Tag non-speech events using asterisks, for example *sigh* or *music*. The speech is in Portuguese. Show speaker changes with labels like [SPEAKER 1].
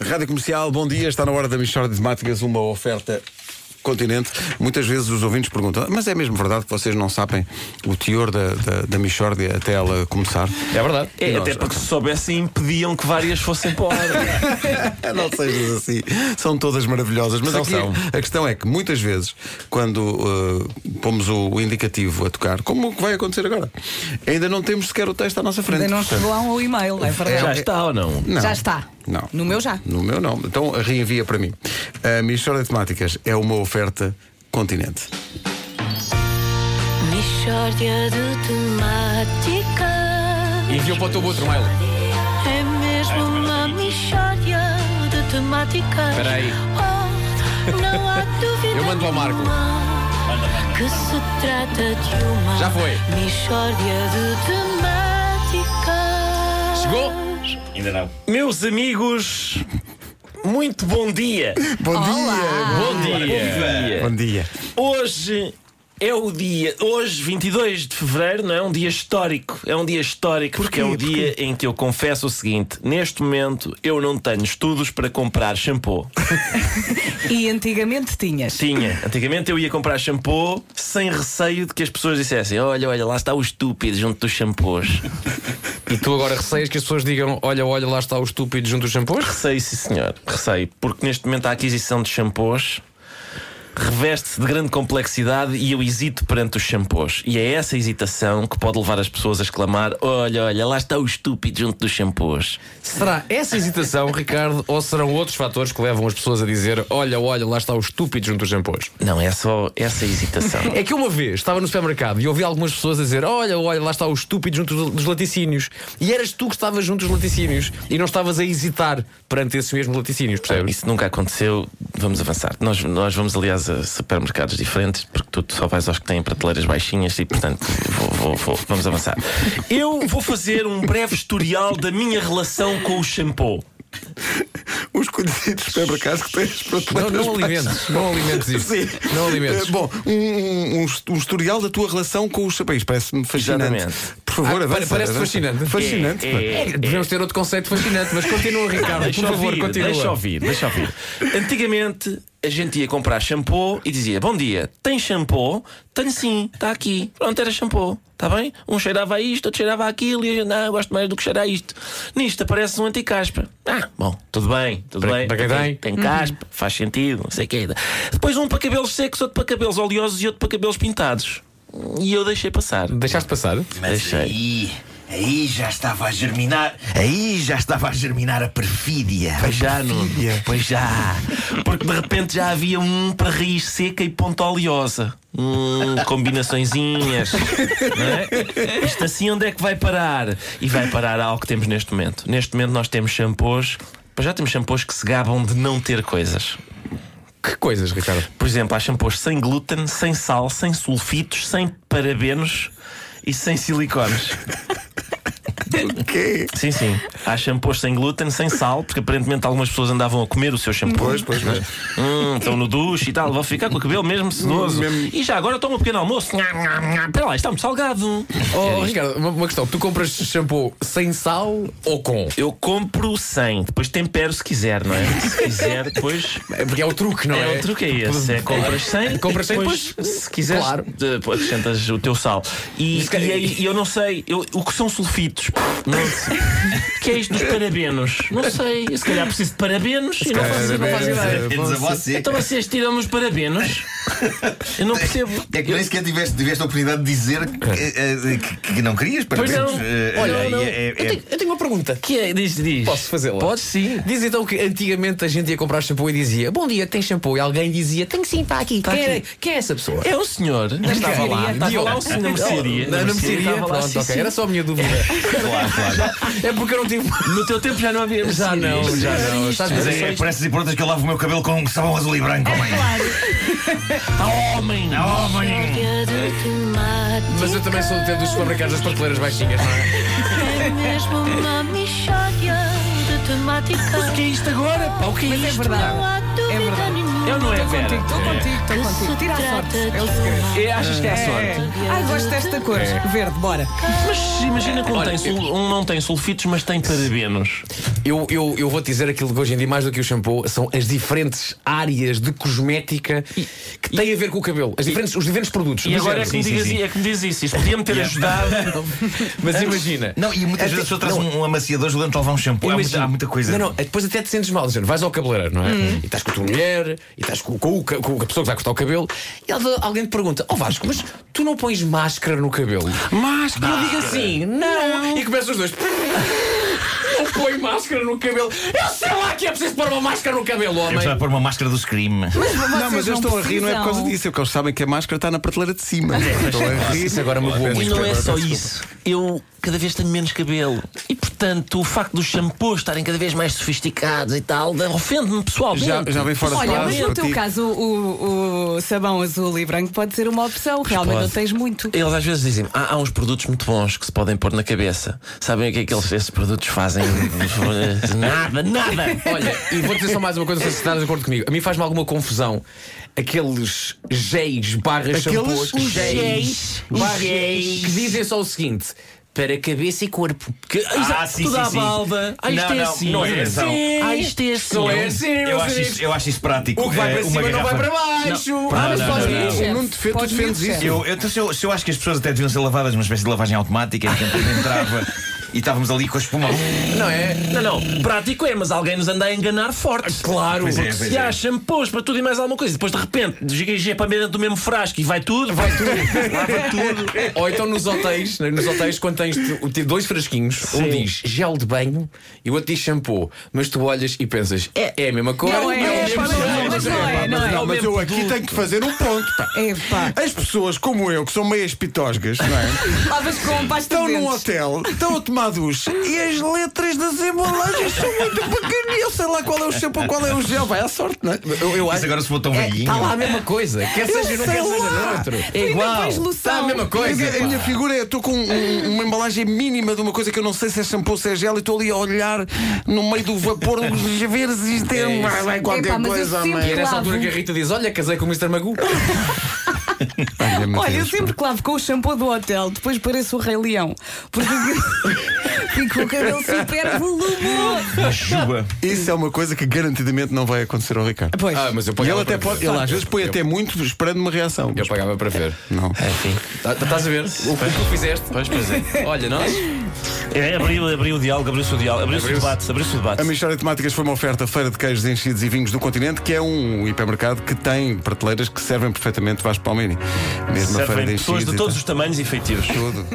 [SPEAKER 1] Rádio Comercial, bom dia. Está na hora da Michórdia de Temáticas, uma oferta continente. Muitas vezes os ouvintes perguntam, mas é mesmo verdade que vocês não sabem o teor da, da, da Michórdia até ela começar?
[SPEAKER 2] É verdade.
[SPEAKER 3] É,
[SPEAKER 1] E nós,
[SPEAKER 3] até porque se soubessem impediam que várias fossem para o ar.
[SPEAKER 1] *laughs* não sejas assim. São todas maravilhosas, mas
[SPEAKER 2] São,
[SPEAKER 1] aqui
[SPEAKER 2] são.
[SPEAKER 1] a questão é que muitas vezes, quando uh, pomos o, o indicativo a tocar, como o que vai acontecer agora, ainda não temos sequer o texto à nossa frente.
[SPEAKER 4] Ainda não
[SPEAKER 1] Portanto,
[SPEAKER 4] chegou a um e-mail, é
[SPEAKER 3] Já
[SPEAKER 4] verdade.
[SPEAKER 3] está ou não?
[SPEAKER 1] não.
[SPEAKER 4] Já está.
[SPEAKER 1] Não.
[SPEAKER 4] No meu já.
[SPEAKER 1] No meu não. Então reenvia para mim. A Michórdia de Temáticas é uma oferta continente.
[SPEAKER 5] Mistória de temáticas.
[SPEAKER 2] Enviou um para o teu outro mail.
[SPEAKER 5] É mesmo uma mistória de temáticas.
[SPEAKER 2] Espera aí.
[SPEAKER 5] Oh, não há dúvida.
[SPEAKER 2] Eu mando ao Marco.
[SPEAKER 5] nenhuma Que se trata de uma.
[SPEAKER 2] Já foi.
[SPEAKER 5] Mistória de temáticas.
[SPEAKER 2] Chegou?
[SPEAKER 3] *laughs* Meus amigos, muito bom dia.
[SPEAKER 1] Bom
[SPEAKER 4] Olá.
[SPEAKER 3] Bom dia.
[SPEAKER 1] Bom dia.
[SPEAKER 3] Hoje é o dia, hoje 22 de fevereiro, não é um dia histórico. É um dia histórico porque é o dia em que eu confesso o seguinte: neste momento eu não tenho estudos para comprar shampoo.
[SPEAKER 4] E antigamente
[SPEAKER 3] *laughs*
[SPEAKER 4] tinhas.
[SPEAKER 3] Tinha. Antigamente eu ia comprar shampoo sem receio de que as pessoas dissessem: olha, olha, lá está o estúpido junto dos shampoos.
[SPEAKER 2] E tu agora receias que as pessoas digam: olha, olha, lá está o estúpido junto dos shampoos?
[SPEAKER 3] Receio, sim senhor, receio, porque neste momento a aquisição de shampoos reveste-se de grande complexidade e eu hesito perante os shampoos. E é essa hesitação que pode levar as pessoas a exclamar: olha, olha, lá está o estúpido junto dos shampoos.
[SPEAKER 2] Será essa
[SPEAKER 1] *laughs*
[SPEAKER 2] hesitação, Ricardo, ou serão outros fatores que levam as pessoas a dizer: olha, olha, lá está o estúpido junto dos shampoos?
[SPEAKER 3] Não, é só essa hesitação.
[SPEAKER 2] É que uma vez estava no supermercado e ouvi algumas pessoas a dizer: Olha, olha, lá está o estúpido junto dos- dos laticínios. E eras tu que estavas junto dos laticínios e não estavas a hesitar perante esses mesmos laticínios, percebes?
[SPEAKER 3] Isso nunca aconteceu, vamos avançar. Nós, nós vamos, aliás, a supermercados diferentes, porque tu, tu só vais aos que têm prateleiras baixinhas e, portanto, vou, vou- vou- vamos avançar. Eu vou fazer um breve historial da minha relação com o shampoo.
[SPEAKER 1] Os conhecidos supermercados que têm as
[SPEAKER 2] Não,
[SPEAKER 1] prateleiras
[SPEAKER 2] não
[SPEAKER 1] baixas.
[SPEAKER 2] alimentes, não
[SPEAKER 1] *laughs*
[SPEAKER 2] alimentes isso.
[SPEAKER 1] Sim.
[SPEAKER 2] Não
[SPEAKER 1] Eh,
[SPEAKER 2] alimentes.
[SPEAKER 1] Bom, um, um, um hist- um historial da tua relação com os chapéus. Parece-me fascinante.
[SPEAKER 3] Exatamente.
[SPEAKER 1] Por favor,
[SPEAKER 2] Ah,
[SPEAKER 1] avança.
[SPEAKER 2] parece
[SPEAKER 1] avança.
[SPEAKER 2] fascinante.
[SPEAKER 1] Fascinante.
[SPEAKER 3] É,
[SPEAKER 1] pá.
[SPEAKER 3] é.
[SPEAKER 2] Devemos ter outro conceito fascinante, mas
[SPEAKER 3] *laughs*
[SPEAKER 2] continua, Ricardo, por
[SPEAKER 3] Deixa
[SPEAKER 2] favor,
[SPEAKER 3] ouvir,
[SPEAKER 2] continua.
[SPEAKER 3] Deixa ouvir, deixa ouvir. Antigamente a gente ia comprar shampoo e dizia: Bom dia, tem shampoo? Tenho sim, está aqui. Pronto, era shampoo, está bem? Um cheirava a isto, outro cheirava aquilo e a gente, não, eu gosto mais do que cheirar a isto. Nisto aparece um anticaspa. Ah, bom, tudo bem, tudo
[SPEAKER 2] Para-
[SPEAKER 3] bem.
[SPEAKER 2] para quem tem?
[SPEAKER 3] Tem caspa, faz sentido, não sei o que ainda. Depois um para cabelos secos, outro para cabelos oleosos e outro para cabelos pintados. E eu deixei passar.
[SPEAKER 2] Deixaste passar?
[SPEAKER 6] Mas
[SPEAKER 3] Deixei.
[SPEAKER 2] É
[SPEAKER 6] aí, aí já estava a germinar, aí já estava a germinar a perfídia.
[SPEAKER 3] Pois já, Nuno. Pois já. Porque de repente já havia um para raiz seca e ponta oleosa. Hum, combinaçõezinhas. não é? Isto assim onde é que vai parar? E vai parar algo que temos neste momento. Neste momento nós temos shampoos. Pois já temos shampoos que se gabam de não ter coisas.
[SPEAKER 2] Que coisas, Ricardo?
[SPEAKER 3] Por exemplo, há shampoos sem glúten, sem sal, sem sulfitos, sem parabenos e sem silicones.
[SPEAKER 1] Ok.
[SPEAKER 3] Sim, sim. Há shampoos sem glúten, sem sal, porque aparentemente algumas pessoas andavam a comer o seu shampoo.
[SPEAKER 1] Pois, pois, pois.
[SPEAKER 3] Hum, estão no duche e tal, vou ficar com o cabelo mesmo sedoso.
[SPEAKER 1] Mesmo-
[SPEAKER 3] E já agora toma um pequeno almoço. Nham, nham, nham. Espera lá, está muito salgado.
[SPEAKER 2] Oh, Ricardo, uma, uma questão: tu compras shampoo sem sal ou com?
[SPEAKER 3] Eu compro 100, depois tempero se quiser, não é? Se quiser, depois.
[SPEAKER 2] É Porque é o truque, não
[SPEAKER 3] É,
[SPEAKER 2] é?
[SPEAKER 3] o truque é esse. É, compras 100,
[SPEAKER 2] Compras 100,
[SPEAKER 3] depois,
[SPEAKER 2] depois,
[SPEAKER 3] se quiseres,
[SPEAKER 2] claro.
[SPEAKER 3] de- acrescentas o teu sal. E,
[SPEAKER 2] Mas, cara,
[SPEAKER 3] e aí, eu não sei, eu- o que são sulfitos? Não sei. O *laughs* que é isto dos parabenos? Não sei, eu se calhar preciso de parabenos e não faço não faço ideia.
[SPEAKER 6] Menos a você.
[SPEAKER 3] Então vocês tiram-me os parabenos? Eu não percebo.
[SPEAKER 6] É que nem sequer tiveste, tiveste a oportunidade de dizer que, eh, eh, que- que não querias para
[SPEAKER 3] Pois
[SPEAKER 6] ver.
[SPEAKER 3] não.
[SPEAKER 6] Eh,
[SPEAKER 2] Olha,
[SPEAKER 6] eh,
[SPEAKER 2] não,
[SPEAKER 6] é-
[SPEAKER 2] eu,
[SPEAKER 6] é-
[SPEAKER 2] tenho, eu tenho uma pergunta.
[SPEAKER 3] Que é? Diz, diz.
[SPEAKER 2] Posso fazê-la?
[SPEAKER 3] Pode sim.
[SPEAKER 2] Diz então que antigamente a gente ia comprar shampoo e dizia Bom dia, tem shampoo? E alguém dizia Tenho sim, está aqui. quem, era- quem é essa pessoa?
[SPEAKER 3] Tá É o senhor. Estava lá. Estava lá o senhor na mercearia.
[SPEAKER 2] Na mercearia,
[SPEAKER 3] Estava lá,
[SPEAKER 2] pronto,
[SPEAKER 3] sim,
[SPEAKER 2] ok.
[SPEAKER 3] sim.
[SPEAKER 2] Era só a minha
[SPEAKER 3] *laughs*
[SPEAKER 2] dúvida.
[SPEAKER 6] claro, claro.
[SPEAKER 2] é porque eu não tive.
[SPEAKER 3] No teu tempo já não havia
[SPEAKER 2] Já
[SPEAKER 3] mercearia.
[SPEAKER 2] não, já
[SPEAKER 3] Isto
[SPEAKER 2] não.
[SPEAKER 3] era
[SPEAKER 2] Estás a
[SPEAKER 6] Mas
[SPEAKER 2] dizer
[SPEAKER 6] é,
[SPEAKER 2] só
[SPEAKER 6] é
[SPEAKER 2] isto. É
[SPEAKER 6] por essas hipóteses que eu lavo o meu cabelo com sabão azul e branco, homem.
[SPEAKER 3] Ah, homem!
[SPEAKER 6] Ah, homem.
[SPEAKER 5] Mistória de temáticas.
[SPEAKER 2] Mas eu também sou do tempo dos supermercados das prateleiras baixinhas, não é?
[SPEAKER 5] É mesmo uma mistória de matemática.
[SPEAKER 3] que é isto agora? Pá, o que é
[SPEAKER 4] Mas é
[SPEAKER 3] isto?
[SPEAKER 4] verdade.
[SPEAKER 5] Não há
[SPEAKER 4] É
[SPEAKER 5] dúvida
[SPEAKER 4] verdade.
[SPEAKER 5] nenhuma.
[SPEAKER 3] Eu não é
[SPEAKER 4] Estou
[SPEAKER 3] Vera.
[SPEAKER 4] contigo, estou contigo, estou
[SPEAKER 5] Que
[SPEAKER 4] contigo.
[SPEAKER 5] se
[SPEAKER 4] Tira a sorte.
[SPEAKER 5] trata
[SPEAKER 4] É o
[SPEAKER 5] de
[SPEAKER 4] segredo.
[SPEAKER 5] uma
[SPEAKER 3] É, achas que é a sorte?
[SPEAKER 4] Ai, gosto desta cor. Verde, bora.
[SPEAKER 3] Mas imagina que um,
[SPEAKER 2] Olha,
[SPEAKER 3] tem sul- um não tem sulfitos, mas tem parabenos.
[SPEAKER 2] Eu, eu, eu vou dizer aquilo que hoje em dia, mais do que o shampoo, são as diferentes áreas de cosmética que têm a ver com o cabelo. As diferentes, os diferentes produtos.
[SPEAKER 3] E
[SPEAKER 2] do
[SPEAKER 3] agora é
[SPEAKER 2] género.
[SPEAKER 3] que, me digas, é que me diz isso. Isto podia-me ter *laughs* ajudado.
[SPEAKER 2] Mas imagina.
[SPEAKER 6] Não, e muitas
[SPEAKER 2] Até-
[SPEAKER 6] vezes a pessoa traz um, um amaciador ajudando a levar um shampoo. Há muita,
[SPEAKER 2] Imagina.
[SPEAKER 6] há muita coisa.
[SPEAKER 2] Não, não, depois até te sentes mal. Dizer, vais ao cabeleireiro, não é? E estás com a tua mulher, e estás com, com o ca- com a pessoa que vai cortar o cabelo, e ela- alguém te pergunta: Ó Vasco, mas tu não pões máscara no cabelo? Máscara? Eu digo assim: não. E começam os dois. *laughs* Não põe máscara no cabelo. Eu sei lá que é preciso pôr uma máscara no cabelo,
[SPEAKER 6] Eu
[SPEAKER 2] homem.
[SPEAKER 6] precisava pôr uma máscara do Scream.
[SPEAKER 1] Não, mas eu
[SPEAKER 4] não
[SPEAKER 1] estou a rir, não é por causa
[SPEAKER 4] precisam.
[SPEAKER 1] disso, é porque eles sabem que a máscara está na prateleira de cima. Estou
[SPEAKER 4] *laughs*
[SPEAKER 1] a rir.
[SPEAKER 2] Isso agora me
[SPEAKER 1] Peço
[SPEAKER 2] voou
[SPEAKER 3] E
[SPEAKER 1] desculpa,
[SPEAKER 3] não é só
[SPEAKER 1] peço desculpa.
[SPEAKER 3] isso. Eu cada vez tenho menos cabelo. E portanto, o facto dos shampoos estarem cada vez mais sofisticados e tal, eh, ofende-me pessoalmente.
[SPEAKER 1] Já, já vem fora de
[SPEAKER 4] Olha, mas
[SPEAKER 1] prazo
[SPEAKER 4] no
[SPEAKER 1] para
[SPEAKER 4] teu
[SPEAKER 1] ti.
[SPEAKER 4] caso, o, o sabão azul e branco pode ser uma opção. Realmente
[SPEAKER 3] Pode.
[SPEAKER 4] não tens muito.
[SPEAKER 3] Eles às vezes dizem há, há uns produtos muito bons que se podem pôr na cabeça. Sabem o que é que eles, esses produtos fazem? nada, nada!
[SPEAKER 2] Olha, e vou dizer só mais uma coisa, se estás de acordo comigo. A mim faz-me alguma confusão aqueles géis barras shampoos.
[SPEAKER 1] os
[SPEAKER 2] géis. barras que dizem só o seguinte. Para cabeça e corpo. Que,
[SPEAKER 6] Ah, sim,
[SPEAKER 3] tudo
[SPEAKER 6] sim,
[SPEAKER 3] à
[SPEAKER 6] sim.
[SPEAKER 3] balda. Ah, isto
[SPEAKER 6] Não,
[SPEAKER 3] é
[SPEAKER 6] não,
[SPEAKER 3] assim.
[SPEAKER 6] não é, não.
[SPEAKER 3] Ah, isto é assim.
[SPEAKER 2] Não é assim,
[SPEAKER 6] Eu
[SPEAKER 2] meus
[SPEAKER 6] acho,
[SPEAKER 2] amigos.
[SPEAKER 6] isso, eu acho isso prático.
[SPEAKER 2] O que vai
[SPEAKER 6] É,
[SPEAKER 2] para
[SPEAKER 6] uma
[SPEAKER 2] cima não vai
[SPEAKER 6] garrafa-
[SPEAKER 2] para baixo.
[SPEAKER 6] Ah, mas faz
[SPEAKER 2] não,
[SPEAKER 1] isso. Nuno defende- tu
[SPEAKER 4] Pode
[SPEAKER 1] defendes isso.
[SPEAKER 4] mesmo, chefe.
[SPEAKER 6] Eu, eu, se, eu, se eu acho que as pessoas até deviam ser lavadas numa espécie de lavagem automática, em que a gente entrava e estávamos ali com a espuma. hum,
[SPEAKER 2] Não é?
[SPEAKER 3] Não, não, prático é, mas alguém nos anda a enganar forte. Ah, Claro,
[SPEAKER 6] Pois é,
[SPEAKER 3] porque
[SPEAKER 6] pois
[SPEAKER 3] se
[SPEAKER 6] é.
[SPEAKER 3] há shampoos para tudo e mais alguma coisa, depois de repente desgaja para dentro do mesmo frasco e vai tudo, vai *laughs* tudo, lava tudo.
[SPEAKER 2] Ou então nos hotéis, né, nos hotéis quando tens tu- tu- dois frasquinhos, um diz gel de banho e o outro diz shampoo. Mas tu olhas e pensas, é, é a mesma coisa.
[SPEAKER 4] Não é,
[SPEAKER 2] o
[SPEAKER 4] é,
[SPEAKER 2] mesmo
[SPEAKER 4] pá,
[SPEAKER 2] sabor.
[SPEAKER 4] não, mas não é, não é.
[SPEAKER 1] Não, mas eu aqui tenho que fazer um ponto. pá.
[SPEAKER 4] É pá.
[SPEAKER 1] As pessoas como eu, que são meias pitosgas, não é?
[SPEAKER 4] Lavas com pasta
[SPEAKER 1] Estão
[SPEAKER 4] de
[SPEAKER 1] num
[SPEAKER 4] dentes.
[SPEAKER 1] hotel, estão a tomar ducha e as letras das embalagens são muito pequenas. Eu sei lá qual é o shampoo, qual é o gel. Vai à sorte, não é? Eu, eu
[SPEAKER 6] Mas agora se for tão
[SPEAKER 2] É,
[SPEAKER 6] velhinho.
[SPEAKER 2] Está lá a mesma coisa. Quer
[SPEAKER 1] Eu
[SPEAKER 2] seja, não
[SPEAKER 1] sei
[SPEAKER 2] quer seja
[SPEAKER 1] lá.
[SPEAKER 2] no outro.
[SPEAKER 4] Tu
[SPEAKER 2] É
[SPEAKER 4] ainda
[SPEAKER 2] igual.
[SPEAKER 4] tens noção.
[SPEAKER 2] Está a mesma coisa.
[SPEAKER 1] A, a
[SPEAKER 2] pá.
[SPEAKER 1] minha figura é: eu estou com um- uma embalagem mínima de uma coisa que eu não sei se é shampoo, se é gel, e estou ali a olhar no meio do vapor, os ver se isto é uma- vai qualquer
[SPEAKER 4] Epá, mas eu
[SPEAKER 1] coisa.
[SPEAKER 4] sempre
[SPEAKER 2] E é nessa
[SPEAKER 4] Claro.
[SPEAKER 2] altura que a Rita diz: Olha, casei com o Mr. Magu.
[SPEAKER 4] Olha, eu sempre clavo com o shampoo do hotel, depois pareço o Rei Leão. Porque *laughs* fico com o cabelo super volumoso.
[SPEAKER 6] Juba.
[SPEAKER 1] Isso é uma coisa que garantidamente não vai acontecer ao Ricardo.
[SPEAKER 4] Pois.
[SPEAKER 2] Ah, mas eu
[SPEAKER 1] E
[SPEAKER 2] pagava
[SPEAKER 1] ele até
[SPEAKER 2] para
[SPEAKER 1] pode,
[SPEAKER 2] ver.
[SPEAKER 1] ele às vezes põe até muito esperando uma reação.
[SPEAKER 2] Eu pagava para ver.
[SPEAKER 1] Não.
[SPEAKER 3] Enfim,
[SPEAKER 2] Tá- Estás a ver? O que tu fizeste?
[SPEAKER 3] pois, pois é.
[SPEAKER 2] Olha, nós.
[SPEAKER 3] É, abriu, abriu o diálogo, abriu-se o diálogo, abriu-se o debate, abriu-se o debate.
[SPEAKER 1] A Mistória de Temáticas foi uma oferta Feira de Queijos, Enchidos e Vinhos do Continente, que é um hipermercado que tem prateleiras que servem perfeitamente Vasco Palmini. Mesmo a Feira
[SPEAKER 3] Servem
[SPEAKER 1] de
[SPEAKER 3] pessoas
[SPEAKER 1] Enchidos.
[SPEAKER 3] de
[SPEAKER 1] e
[SPEAKER 3] todos os tamanhos e feitios.
[SPEAKER 1] tal. Tudo.